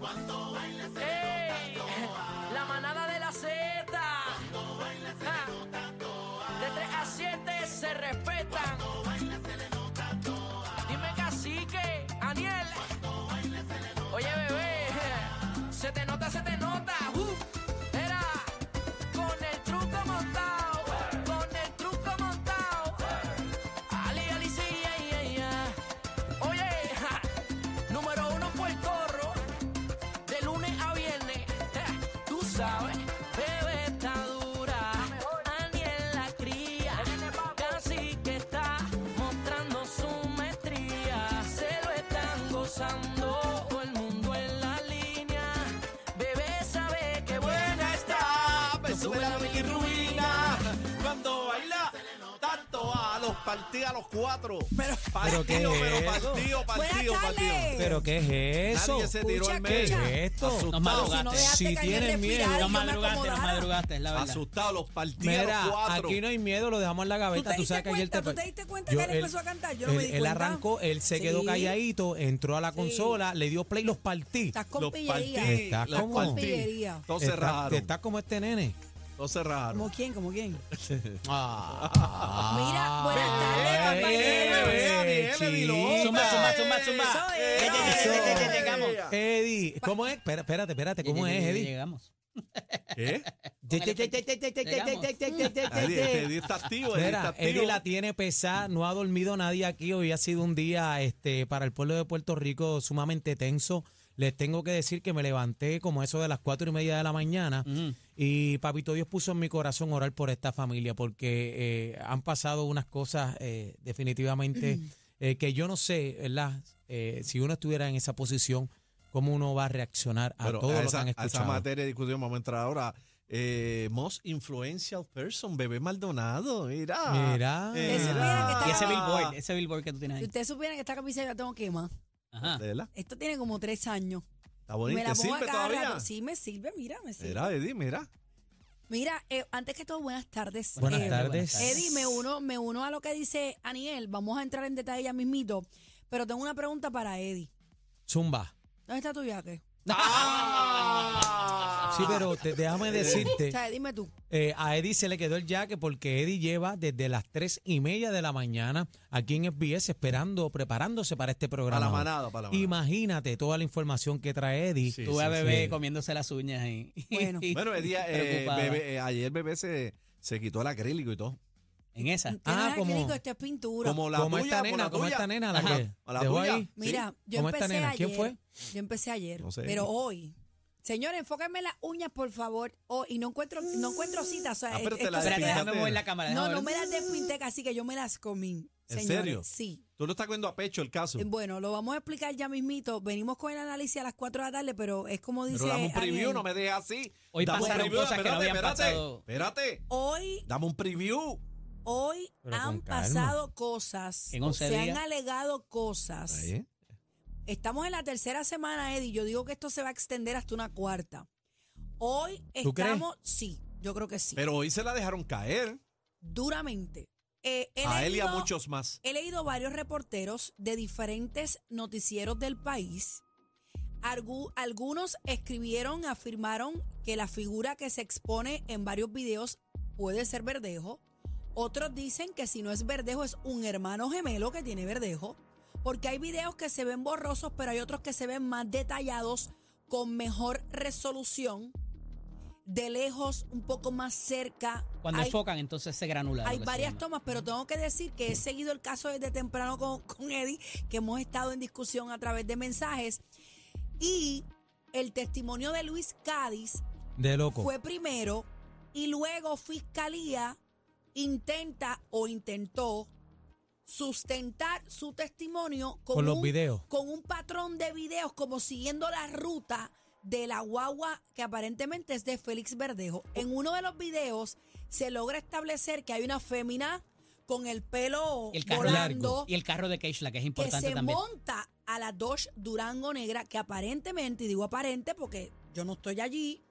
Cuando bailes se ¡Ey! La manada de la Z. Ah. De 3 a 7 se respetan. Dime cacique, Aniel. Oye, bebé. Se te nota, se te nota. Uh. Era con el truco montado. Con el truco montado. Ali, ali, sí, ay, ay, ay. Oye, ja. número uno por el corro de lunes a viernes. eh, Tú sabes, bebé está dura, Daniel la cría, casi que está mostrando su maestría. Se lo están gozando. todo el mundo en la línea, bebé sabe que buena está. Me sube la bilirrubina cuando baila tanto a los partidos, a los cuatro. Pero- partido, ¿Pero qué es pero eso? partido, partido, Buenas tardes. partido. ¿Pero qué es eso? Nadie se tiró Escucha, al ¿Qué es medio. escucha. esto? No Asustado. Si no madrugaste. dejaste Si caer en tienes miedo, espiral, No yo me madrugaste, no acomodara. madrugaste, es la verdad. Asustado, los partidos, a los Mira, cuatro. aquí no hay miedo, lo dejamos en la ¿Tú gaveta. te Tú diste sabes que ayer cuenta? te. ¿Tú te diste cuenta que él empezó a cantar? Yo no él, me di él cuenta. arrancó, él se quedó Sí. calladito, entró a la Sí. consola, le dio play, los partí. Estás con los pillería. Está partidos, los como- partidos. Pillería. Todos Está- cerraron, Está como este nene. todos cerraron. ¿Como quién? ¿Como quién? Ah. Mira, buenas tardes, Eh, compañeros. eh, Daniel, dilo. chico. Zumba, zumba, zumba, zumba. Eso es. Ya, ya, ya, ya, ya, ya, llegamos. Eddie, ¿cómo es? Espera- Espérate, espérate, ¿cómo Ya, ya, es, ya, ya, Eddie? Llegamos. ¿Qué? Ye- ye- ye- ye- ye- Eddie, este Eddie está activo, Eddie está Mira, Eddie activo. la tiene pesada, no ha dormido nadie aquí. Hoy ha sido un día este, para el pueblo de Puerto Rico sumamente tenso. Les tengo que decir que me levanté como eso de las cuatro y media de la mañana y Papito Dios puso en mi corazón orar por esta familia porque eh, han pasado unas cosas eh, definitivamente eh, que yo no sé, ¿verdad? Eh, si uno estuviera en esa posición, cómo uno va a reaccionar a Pero todo lo que esa, han a esa escuchado. materia de discusión vamos a entrar ahora. Eh, most Influential Person, Bebé Maldonado. Mira. Mira. Eso mira que está- Y ese billboard, ese billboard que tú tienes Si ahí. ustedes supieran que esta camisa yo la tengo quemada. Ajá. ¿Verdad? Esto tiene como tres años. Está Y bonito. me la ¿Te pongo sirve a cada todavía? rato. Sí, me sirve, mira, me sirve. Mira, Eddie, mira. Mira, eh, antes que todo, buenas tardes. Buenas Eh, tardes. Eddie, me uno, me uno a lo que dice Aniel. Vamos a entrar en detalle ya mismito. Pero tengo una pregunta para Eddie. Zumba. ¿Dónde está tu viaje? Sí, pero te- Ah. déjame decirte. O sea, dime tú. Eh, a Eddie se le quedó el jaque porque Eddie lleva desde las tres y media de la mañana aquí en SBS esperando, preparándose para este Para programa. la manada, para la manada. Imagínate toda la información que trae Eddie. Sí, Tuve a bebé sí. comiéndose las uñas ahí. Bueno. Bueno, Eddie, eh, Preocupada. bebé, eh, ayer Bebé se, se quitó el acrílico y todo. En esa. Ah, como- como, esto es pintura. Como la ¿Cómo tuya, esta como nena? la ¿Cómo tuya. esta nena? La Ajá, que a la dejó tuya. ahí. Mira, yo ¿Cómo empecé está, nena? ayer. ¿Quién fue? Yo empecé ayer, No sé. pero hoy. Señor, enfóquenme las uñas, por favor. Oh, y no encuentro, no encuentro citas. O sea, Ah, pero te esto la es- Espérate, déjame Fíjate. mover la cámara. no, déjame no ver. me las despinté, así que yo me las comí. ¿En señores. serio? Sí. Tú lo estás cogiendo a pecho el caso. Bueno, lo vamos a explicar ya mismito. Venimos con el análisis a las 4 de la tarde, pero es como dice. Pero dame un preview, Ariel. no me dejes así. Hoy Dame un pasaron preview, cosas que no habían espérate, pasado. Espérate, espérate. Hoy, Dame un preview. hoy Pero con han calma. pasado cosas. En 11 se han días. alegado cosas. Ahí. Estamos en la tercera semana, Eddie. Yo digo que esto se va a extender hasta una cuarta. Hoy ¿Tú crees? estamos, sí, yo creo que sí, Pero hoy se la dejaron caer duramente. Eh, he a él y a leído- muchos más. He leído varios reporteros de diferentes noticieros del país. Argu- algunos escribieron, afirmaron que la figura que se expone en varios videos puede ser Verdejo. Otros dicen que si no es Verdejo es un hermano gemelo que tiene Verdejo. Porque hay videos que se ven borrosos, pero hay otros que se ven más detallados, con mejor resolución, de lejos, un poco más cerca. Cuando Hay- enfocan, entonces se granula. hay lo que se varias llama. tomas, pero tengo que decir que he seguido el caso desde temprano con, con Eddie, que hemos estado en discusión a través de mensajes. Y el testimonio de Luis Cádiz De loco. fue primero y luego Fiscalía intenta o intentó sustentar su testimonio con, Con los un- videos. con un patrón de videos como siguiendo la ruta de la guagua que aparentemente es de Félix Verdejo. En uno de los videos se logra establecer que hay una fémina con el pelo Y el carro volando largo. Y el carro de Keishla, que es que importante se también. monta a la Dodge Durango Negra que aparentemente, y digo aparente porque yo no estoy allí,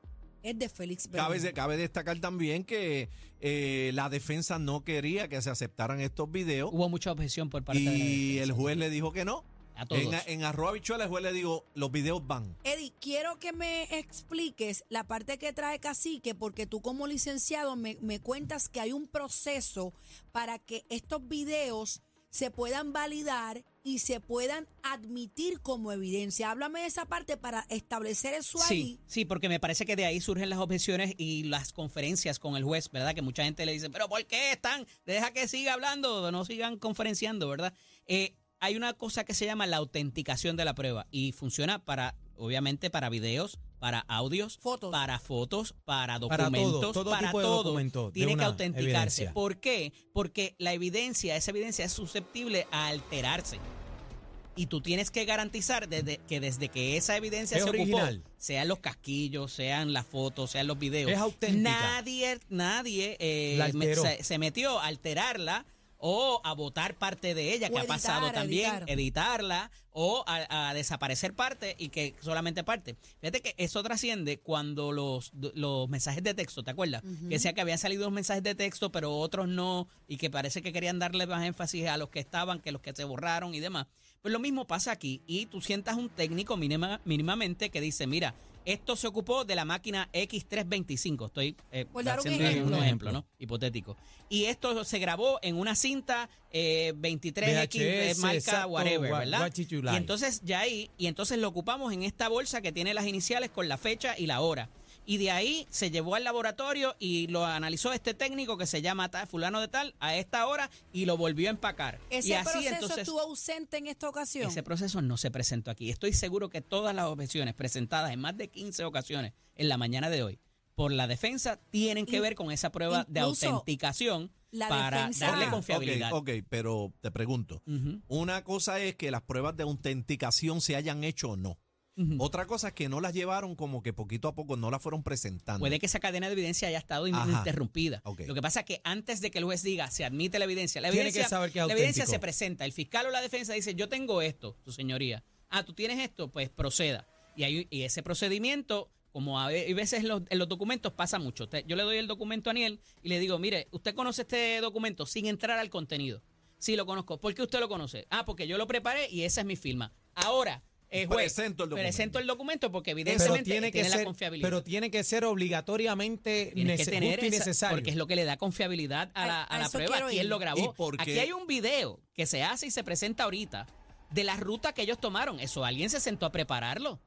es de Félix Verdejo. Cabe, cabe destacar también que eh, la defensa no quería que se aceptaran estos videos Hubo mucha objeción por parte de la y defensa, el juez sí. le dijo que no. A todos. En, en Arroba Bichuela el juez le dijo, los videos van. Eddie, quiero que me expliques la parte que trae Cacique, porque tú como licenciado me, me cuentas que hay un proceso para que estos videos se puedan validar y se puedan admitir como evidencia. Háblame de esa parte para establecer eso ahí. Sí, sí, porque me parece que de ahí surgen las objeciones y las conferencias con el juez, ¿verdad? Que mucha gente le dice, pero ¿por qué están? Deja que siga hablando, no sigan conferenciando, ¿verdad? Eh, hay una cosa que se llama la autenticación de la prueba y funciona para, obviamente, para videos, para audios, Fotos. para fotos, para Para todo, documentos, todo para tipo de todo. documento de Tiene que una autenticarse. evidencia. ¿Por qué? Porque la evidencia, esa evidencia es susceptible a alterarse. Y tú tienes que garantizar desde, que desde que esa evidencia Es se original. ocupó, sean los casquillos, sean las fotos, sean los videos. Es auténtica. Nadie, nadie eh, La alteró. se, se metió a alterarla o a votar parte de ella, O que ha editar, pasado también, editar. editarla o a, a desaparecer parte y que solamente parte. Fíjate que eso trasciende cuando los, los mensajes de texto, ¿te acuerdas? Que sea que habían salido unos mensajes de texto, pero otros no, y que parece que querían darle más énfasis a los que estaban, que los que se borraron y demás. Pues lo mismo pasa aquí, y tú sientas un técnico mínima- mínimamente que dice, mira, esto se ocupó de la máquina X325, estoy eh, Por dar un haciendo ejemplo. un ejemplo, ¿no? Hipotético. Y esto se grabó en una cinta eh, 23X, eh, VHS, marca, exacto, whatever, what- ¿verdad? what did you like? Y entonces ya ahí, y entonces lo ocupamos en esta bolsa que tiene las iniciales con la fecha y la hora. Y de ahí se llevó al laboratorio y lo analizó este técnico que se llama ta- fulano de tal a esta hora y lo volvió a empacar. Ese y así proceso entonces estuvo ausente en esta ocasión. ese proceso no se presentó aquí. Estoy seguro que todas las objeciones presentadas en más de 15 ocasiones en la mañana de hoy por la defensa tienen que In- ver con esa prueba de incluso autenticación la para defensa- darle Ah, confiabilidad. Ok, ok, pero te pregunto. Ujú, Una cosa es que las pruebas de autenticación se hayan hecho o no. ujú. Otra cosa es que no las llevaron como que poquito a poco no las fueron presentando. Puede que esa cadena de evidencia haya estado in- Ajá. interrumpida. Ok. Lo que pasa es que antes de que el juez diga se admite la evidencia, la Tiene que evidencia, saber que es la evidencia auténtico. se presenta. El fiscal o la defensa dice yo tengo esto, su señoría. Ah, tú tienes esto, pues proceda. Y, hay- y ese procedimiento, como a ve- hay veces en los, en los documentos pasa mucho. Te- Yo le doy el documento a Aniel y le digo, mire, usted conoce este documento sin entrar al contenido. Sí, lo conozco. ¿Por qué usted lo conoce? Ah, porque yo lo preparé y esa es mi firma. Ahora, eh, juez, Presento el documento. presento el documento porque Pero evidentemente tiene, que la ser, confiabilidad. pero tiene que ser obligatoriamente Tienes que nece- tener justo y esa- necesario. porque es lo que le da confiabilidad a la, A- a a la eso prueba quiero quién ir. lo ¿Y grabó. por Aquí qué? hay un video que se hace y se presenta ahorita de la ruta que ellos tomaron. Eso, alguien se sentó a prepararlo.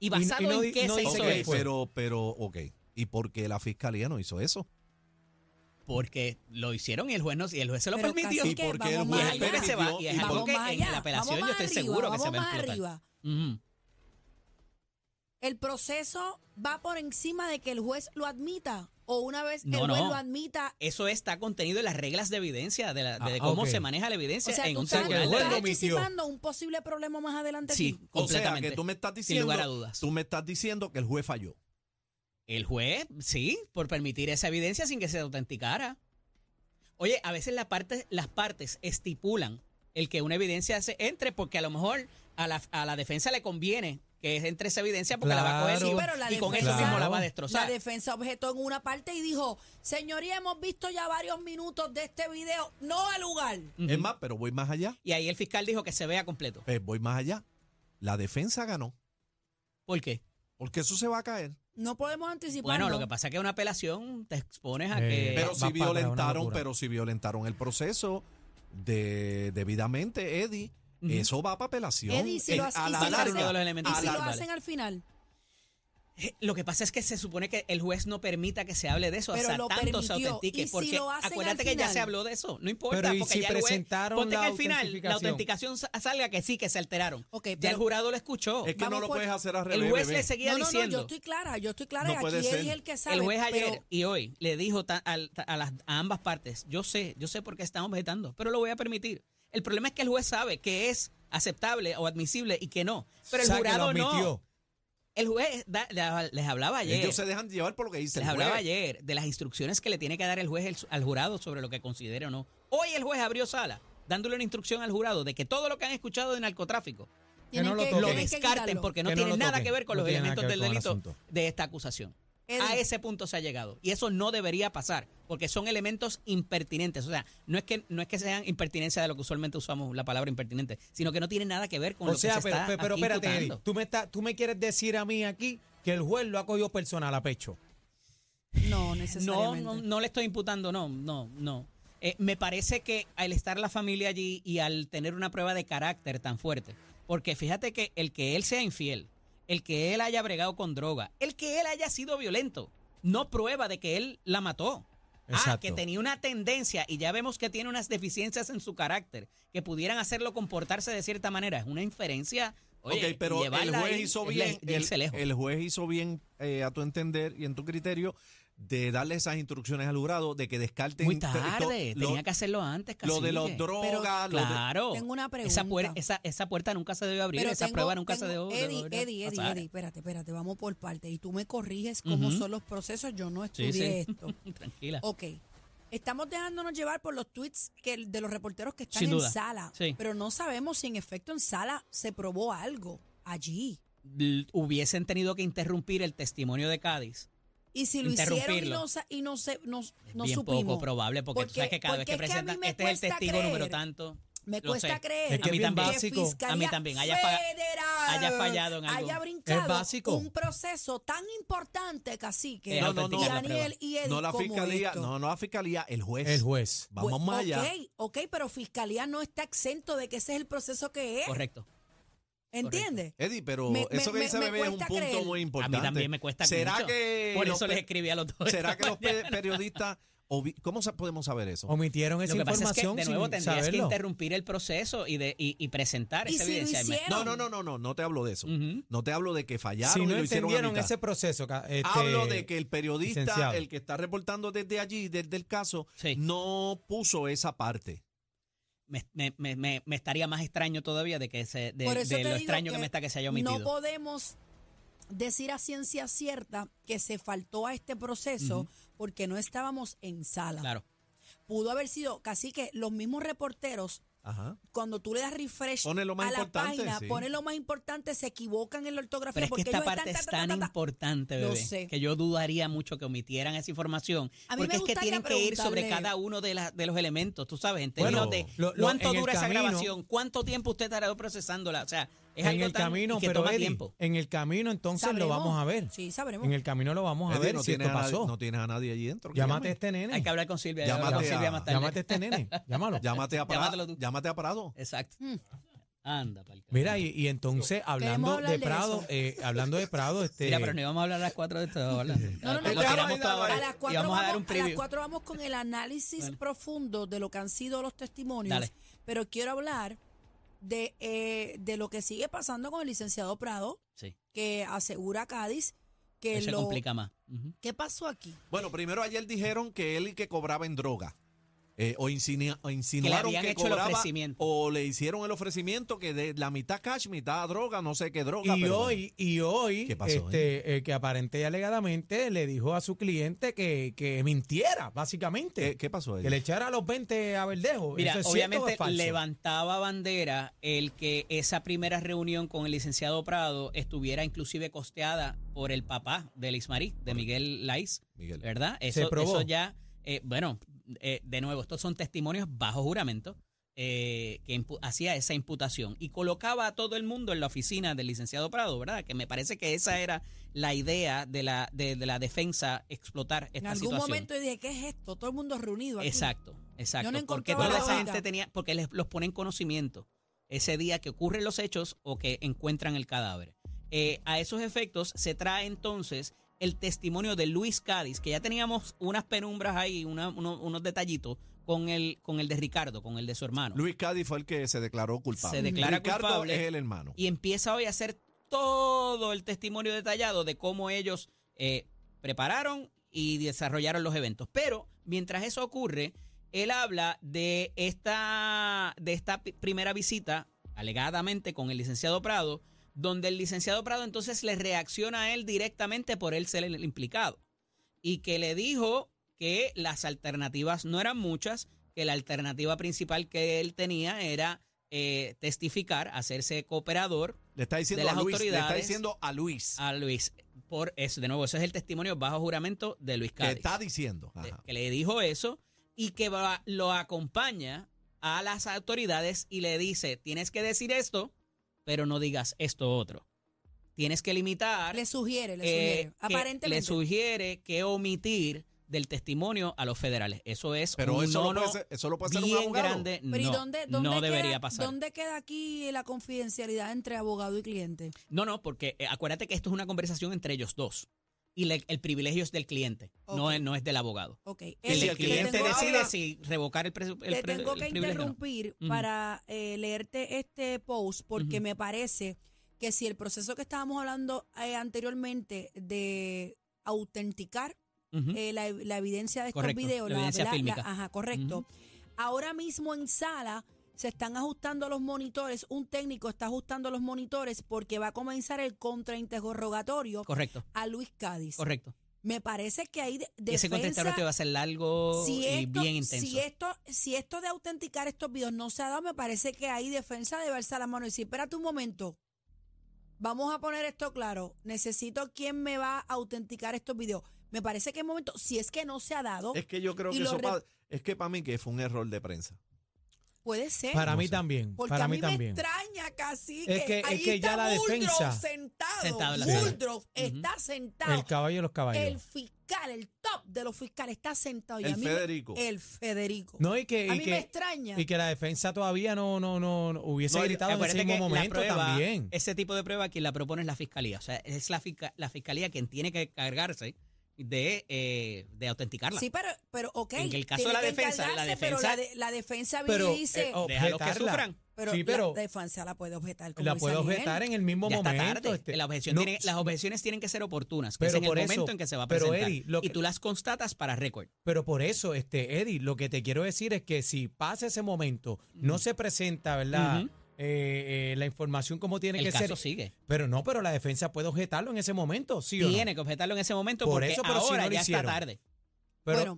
¿Y no- y basado no di- en qué no se dice hizo Ok, que eso? fue. pero, pero, ok. ¿Y por qué la fiscalía no hizo eso? Porque lo hicieron y el juez no, y el juez se lo Pero permitió. casi ¿Y que por qué el vamos juez más allá. Se va- y permitió? es algo Vamos que más en allá, la apelación vamos yo más estoy arriba, seguro que se vamos va a más explotar. arriba. Ujú. el proceso va por encima de que el juez lo admita o una vez No, el juez no. lo admita Eso está contenido en las reglas de evidencia, de, la- de Ah, cómo ok. se maneja la o evidencia sea en tú un estás, que el tribunal. juez estás lo de- omitió. anticipando un posible problema más adelante Sí, aquí. O sea, completamente. que tú me estás diciendo. sin lugar a dudas. Tú me estás diciendo que el juez falló. El juez, sí, por permitir esa evidencia sin que se autenticara. Oye, a veces la parte- las partes estipulan el que una evidencia se entre porque a lo mejor a la, a la defensa le conviene que entre esa evidencia porque la va a coger Claro. y- Sí, pero la y con eso defensa- mismo la va a la destrozar. defensa objetó en una parte y dijo señoría hemos visto ya varios minutos de este video no al lugar Ujú. Es más, pero voy más allá. y ahí el fiscal dijo que se vea completo. Pues voy más allá. La defensa ganó. ¿Por qué? Porque eso se va a caer. no podemos anticipar Bueno, lo que pasa es que una apelación te expones a Eh, que... Pero va si para atrás, una violentaron, locura. pero si violentaron el proceso de debidamente, Eddie, Ujú. eso va para apelación. Eddie, si En- lo hace- a y la si lo larga. hace- Uno de eh, los y elementos. a si la- lo vale. hacen al final Eh, Lo que pasa es que se supone que el juez no permita que se hable de eso Pero hasta lo tanto se permitió. autentique. ¿Y si porque lo hacen acuérdate al que ya se final? habló de eso. No importa, Pero, ¿y porque si ya el juez- presentaron ponte que la al final la autentificación? autenticación sa- salga que sí, que se alteraron. Ok, ya el pero- jurado lo escuchó. Es que no Vamos lo por- puedes hacer al revés. el juez bebé. le seguía no no no yo diciendo. estoy clara yo estoy clara No y aquí puede ser. Eddie es el que sabe el juez ayer pero- y hoy le dijo ta- al- ta- a, las, a ambas partes, yo sé, yo sé por qué están objetando, pero lo voy a permitir. El problema es que el juez sabe que es aceptable o admisible y que no. Pero el O sea, que lo jurado no. admitió. El juez da- la- les hablaba ayer. Ellos se dejan llevar por lo que dice Les el juez. hablaba ayer de las instrucciones que le tiene que dar el juez el- al jurado sobre lo que considere o no. Hoy el juez abrió sala dándole una instrucción al jurado de que todo lo que han escuchado de narcotráfico tienen no lo que- toque. lo tienen que descarten quitarlo. porque no Que no tiene lo nada toquen, que ver con no los tiene nada elementos que del ver con el delito asunto. de esta acusación. Eddie. A ese punto se ha llegado y eso no debería pasar. porque son elementos impertinentes. O sea, no es que no es que sean impertinencia de lo que usualmente usamos la palabra impertinente, sino que no tienen nada que ver con O lo que sea, se pero, está pero- pero aquí espérate, imputando. Eddie, tú me, estás- tú me quieres decir a mí aquí que el juez lo ha cogido personal a pecho. No, No, necesariamente. no, no le estoy imputando, no, no, no. Eh, me parece que al estar la familia allí y al tener una prueba de carácter tan fuerte, porque fíjate que el que él sea infiel, el que él haya bregado con droga, el que él haya sido violento, no prueba de que él la mató. Ah, Exacto. que tenía una tendencia y ya vemos que tiene unas deficiencias en su carácter que pudieran hacerlo comportarse de cierta manera. Es una inferencia. Oye, ok, pero el llevarla juez ahí hizo es le- bien, el, irse lejos. el juez hizo bien eh, a tu entender y en tu criterio de darle esas instrucciones al jurado de que descarten Muy te- to- tarde, lo, tenía que hacerlo antes. lo de cacique. los drogas, lo de- Claro. Tengo una Esa, puer- pregunta. esa, esa puerta nunca se debe abrir, Pero esa tengo- prueba nunca se debe tengo- abrir. Eddie, Eddie, Eddie, Eddie, espérate, espérate, vamos por parte. Y tú me corriges cómo Ujú. son los procesos, yo no Sí, estudié sí. esto. Tranquila. Ok. Estamos dejándonos llevar por los tweets que, de los reporteros que están Sin en duda, sala, sí. pero no sabemos si en efecto en sala se probó algo allí. L- Hubiesen tenido que interrumpir el testimonio de Cádiz. Y si lo hicieron y Interrumpirlo. no, sa- y no, se- no, Es no bien supimos. poco probable, porque, tú Porque- sabes que cada vez porque que es que a mí presentan, me este es el cuesta testigo número creer. tanto. Me Lo cuesta sé. creer Es que que es bien también. básico. A mí Fiscalía también, haya fa- Federal haya fallado en haya algo. brincado Es básico. un proceso tan importante, cacique. que Es No, no, no. Y auténtica la Daniel y Eddie no la como fiscalía, esto. no, no la fiscalía, el juez. El juez. Vamos Pues, más allá. Ok, ok, pero fiscalía no está exento de que ese es el proceso que es. Correcto. ¿Entiendes? Eddie, pero Me- me- eso que me- dice me Bebé es un cuesta punto creer. muy A importante. mí también me cuesta ¿Será mucho. que Por los eso pe- les escribí a los dos. ¿Será esta que los pe- mañana. periodistas obvi- ¿Cómo sa- podemos saber eso? Omitieron esa Lo que pasa es que, información de nuevo, sin tendrías que saberlo. interrumpir el proceso y, de, y, y presentar Y esa si lo evidencia. hicieron. No, no, no, no, no, no te hablo de eso. Ujú. No te hablo de que fallaron Si y no lo hicieron a entendieron mitad. ese proceso, ca- este, Hablo de que el periodista, licenciado. el que está reportando desde allí, desde el caso, Sí. no puso esa parte. Me, me- me- me- me estaría más extraño todavía de que se, de, Por eso de te lo digo extraño que, que me está que se haya omitido. No podemos decir a ciencia cierta que se faltó a este proceso Ujú. porque no estábamos en sala. claro. Pudo haber sido casi que los mismos reporteros Ajá. cuando tú le das refresh Pone lo más a la importante, página, sí. pone lo más importante, se equivocan en la ortografía Pero es que porque esta ellos parte están, es ta, ta, ta, tan ta, ta. importante, Lo bebé, sé. que yo dudaría mucho que omitieran esa información. A mí me Porque es que gustaría tienen que ir sobre preguntarle- cada uno de, la- de los elementos, tú sabes, en Bueno, términos de lo- lo- cuánto en el dura esa camino- grabación, cuánto tiempo usted tardó procesándola. O sea, en es algo el tan- camino, que pero toma Eddie, tiempo. en el camino entonces lo vamos a ver. Sí, sabremos. En el camino lo vamos a Eddie, ver no, si esto tienes a nadie, pasó. no tienes a nadie allí dentro. que Llámate a llame. este nene. Hay que hablar con Silvia. Llámate hablar con a- Silvia más tarde. Llámate a este nene. Llámalo. Llámate a Prado. Llámatelo tú. Llámate a Prado. Exacto. Mm. Anda, pa'l carajo. Mira, y, y entonces hablando hablar de de Prado, eso. eh, hablando de Prado, este. Mira, pero no íbamos a hablar a las 4 de esto. ¿verdad? No, no, no, Lo no, tiramos no, todo no, ahora. a las Y cuatro vamos a dar un vamos- a las preview. cuatro vamos con el análisis Bueno. profundo de lo que han sido los testimonios. Dale. Pero quiero hablar de, eh, de lo que sigue pasando con el licenciado Prado, Sí, que asegura a Cádiz que eso se lo... complica más. Ujú. ¿Qué pasó aquí? Bueno, primero ayer dijeron que él y que cobraba en droga. Eh, o, insinua- o Que insinuaron le que, habían hecho el cobraba ofrecimiento. o le hicieron el ofrecimiento que de la mitad cash, mitad droga, no sé qué droga. Y pero hoy, y hoy, ¿Qué pasó, este, eh, que aparente y alegadamente le dijo a su cliente que, que mintiera, ¿Qué, Eh, básicamente. Eh, qué pasó ahí? que le echara los 20 a Verdejo. Mira, ¿Eso es cierto o obviamente es falso? levantaba bandera el que esa primera reunión con el licenciado Prado estuviera inclusive costeada por el papá del Ismarí, de Miguel Laiz, Miguel. ¿verdad? Se Eso, probó. eso ya, eh, bueno, eh, de nuevo, estos son testimonios bajo juramento eh, que impu- hacía esa imputación y colocaba a todo el mundo en la oficina del licenciado Prado, ¿verdad? Que me parece que esa era la idea de la, de, de la defensa, explotar esta en algún situación. momento yo dije, ¿qué es esto? Todo el mundo reunido aquí. Exacto, exacto. Yo no porque encontraba la toda esa lógica. gente tenía, porque les, los pone en conocimiento ese día que ocurren los hechos o que encuentran el cadáver. Eh, a esos efectos se trae entonces el testimonio de Luis Cádiz, que ya teníamos unas penumbras ahí, una- uno- unos detallitos con el, con el de Ricardo, con el de su hermano. Luis Cádiz fue el que se declaró culpable. Se declara Ricardo culpable. es el hermano. Y empieza hoy a hacer todo el testimonio detallado de cómo ellos eh, prepararon y desarrollaron los eventos. Pero mientras eso ocurre, él habla de esta, de esta pi- primera visita, alegadamente con el licenciado Prado, donde el licenciado Prado entonces le reacciona a él directamente por él ser el implicado y que le dijo que las alternativas no eran muchas, que la alternativa principal que él tenía era eh, testificar, hacerse cooperador le está diciendo de a las Luis. Le está autoridades. diciendo a Luis. a Luis. por eso. De nuevo, ese es el testimonio bajo juramento de Luis que Cádiz. está diciendo. eh, Ajá. que le dijo eso y que va- lo acompaña a las autoridades y le dice, tienes que decir esto, pero no digas esto otro. Tienes que limitar, Le sugiere, le eh, sugiere. que- le Aparentemente. sugiere que omitir del testimonio a los federales. Eso es Pero un eso lo nono puede ser- eso lo puede hacer un bien abogado. grande. pero ¿y no, dónde, dónde queda, no debería pasar. ¿Dónde queda aquí la confidencialidad entre abogado y cliente? No, no, porque eh, acuérdate que esto es una conversación entre ellos dos. Y le- el privilegio es del cliente, no, Ok. es, no es del abogado. Ok. El, si Eli, el te cliente tengo- decide ahora- si revocar el, presu- el Te pre- tengo el que privilegio o no. interrumpir Ujú. para eh, leerte este post porque Ujú. me parece que si el proceso que estábamos hablando eh, anteriormente de autenticar Ujú. eh, la, ev- la evidencia de estos Correcto, videos, la evidencia fílmica. ajá, correcto. Ahora mismo en sala se están ajustando los monitores, un técnico está ajustando los monitores porque va a comenzar el contrainterrogatorio Correcto, a Luis Cádiz. correcto. Me parece que hay de- Y defensa ese contestador te va a ser largo si y esto, bien intenso. Si esto, si esto de autenticar estos videos no se ha dado, me parece que hay defensa de verse la mano y decir, espérate un momento, vamos a poner esto claro, necesito quién me va a autenticar estos videos. Me parece que en momento, si es que no se ha dado, Es que yo creo Y que lo eso re- pa- es que para mí que fue un error de prensa. puede ser. Para No mí sé. también, porque para a mí, mí me también. extraña casi Es que- es ahí que está ya la Woodrow defensa- sentado, Sentado en la sala. Woodrow Ujú. está sentado. El caballo de los caballos. El fiscal, el top de los fiscales está sentado. y El a mí me- eh, Federico. el Federico. no, y que, a mí y me que, extraña. y que la defensa todavía no, no, no, no hubiese No, gritado en ese acuérdate mismo que la momento prueba- también. Ese tipo de prueba quien la propone es la fiscalía. O sea, es la, fisca- la fiscalía quien tiene que cargarse de, eh, de autenticarla. Sí, pero, pero ok. En el caso tiene de la que defensa, la encargarse, Pero defensa- la, de- la defensa viene Pero, y dice. eh, oh, Déjalos que objetarla. sufran. pero sí, pero la defensa la puede objetar. Como la dice puede Aniel. objetar en el mismo Ya momento. está tarde. este, La objeción no, tiene- las objeciones tienen que ser oportunas, que Pero es en el por eso- momento en que se va a pero, presentar. Eddie, lo y que- tú las constatas para récord. Pero por eso, este, Eddie, lo que te quiero decir es que si pasa ese momento, no se presenta, ¿verdad? Ujú. Eh, eh, la información como tiene El que caso ser. sigue. Pero no, pero la defensa puede objetarlo en ese momento, ¿sí o no? Tiene que objetarlo en ese momento Por porque eso, pero si ahora no lo ya hicieron. está tarde. Pero bueno,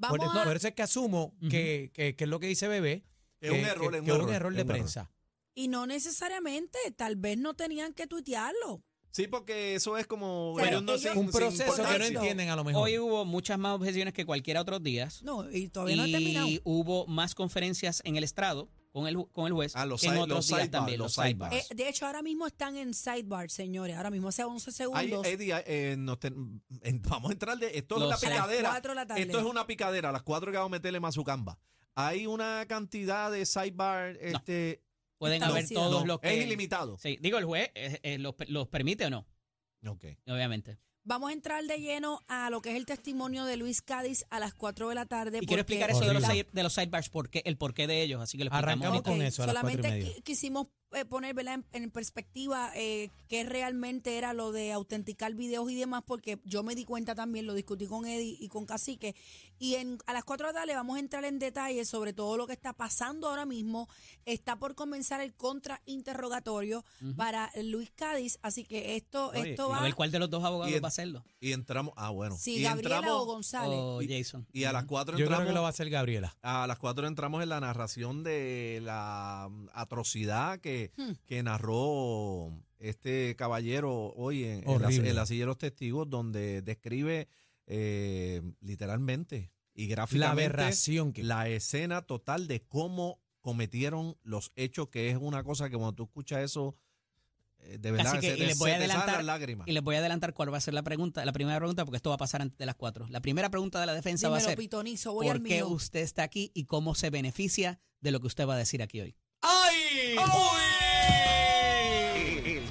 por, vamos por a. eso es que asumo Ujú. que, que- que es lo que dice Bebé. Es un que- error, que- es un que es error, de es un error. prensa. Y no necesariamente, tal vez no tenían que tuitearlo. Sí, porque eso es como O sea, ellos no ellos- sin- Un sin proceso que no importancia. entienden a lo mejor. Hoy hubo muchas más objeciones que cualquiera otros días. No, y todavía no ha terminado. Y hubo más conferencias en el estrado con el, ju- con el juez Ah, los que en side- otros los días sidebar, también, los los sidebars. sidebar. Eh, de hecho, ahora mismo están en sidebar, señores. Ahora mismo hace 11 Ay, segundos. Eddie, ay, eh, nos ten- en- vamos a entrar de esto Lo es sé. una a las picadera. 4 de la tarde. Esto es una picadera, a las cuatro que vamos a meterle más su camba. Hay una cantidad de sidebar este Pueden haber Establecido. todos no, los que... es ilimitado. Sí, digo, el juez eh, eh, los, los permite o no, Ok. obviamente. Vamos a entrar de lleno a lo que es el testimonio de Luis Cádiz a las 4 de la tarde. Y porque quiero explicar eso de los, Horrible. side- de los sidebars, porque, el porqué de ellos, así que lo explicamos. Arrancamos ahorita. con Ah, Ok, eso a las cuatro y solamente media. qui- quisimos eh, poner ¿verdad? En, en perspectiva eh, qué realmente era lo de autenticar videos y demás, porque yo me di cuenta también, lo discutí con Eddie y con Cacique. Y en, a las 4 de la tarde vamos a entrar en detalle sobre todo lo que está pasando ahora mismo. Está por comenzar el contrainterrogatorio para Luis Cádiz, así que esto, Oye, esto A va... ver cuál de los dos abogados Y el- va a hacerlo. Y entramos, ah bueno, Si y Gabriela o entramos González. O Y- Jason. y a las cuatro Yo creo que entramos lo va a hacer Gabriela. A las 4 entramos en la narración de la mm, atrocidad que, Hmm. que narró este caballero hoy en, en la, Horrible. en la silla de los testigos, donde describe eh, literalmente y La gráficamente aberración que. la escena total de cómo cometieron los hechos, que es una cosa que cuando tú escuchas eso, eh, de verdad, Así que, se y te, les voy a se te salen adelantar- las lágrimas. Y les voy a adelantar cuál va a ser la pregunta, la primera pregunta, porque esto va a pasar antes de las cuatro. La primera pregunta de la defensa va a Dímelo, ser pitonizo, voy al ¿por qué mío. usted está aquí y cómo se beneficia de lo que usted va a decir aquí hoy? ¡Ay! El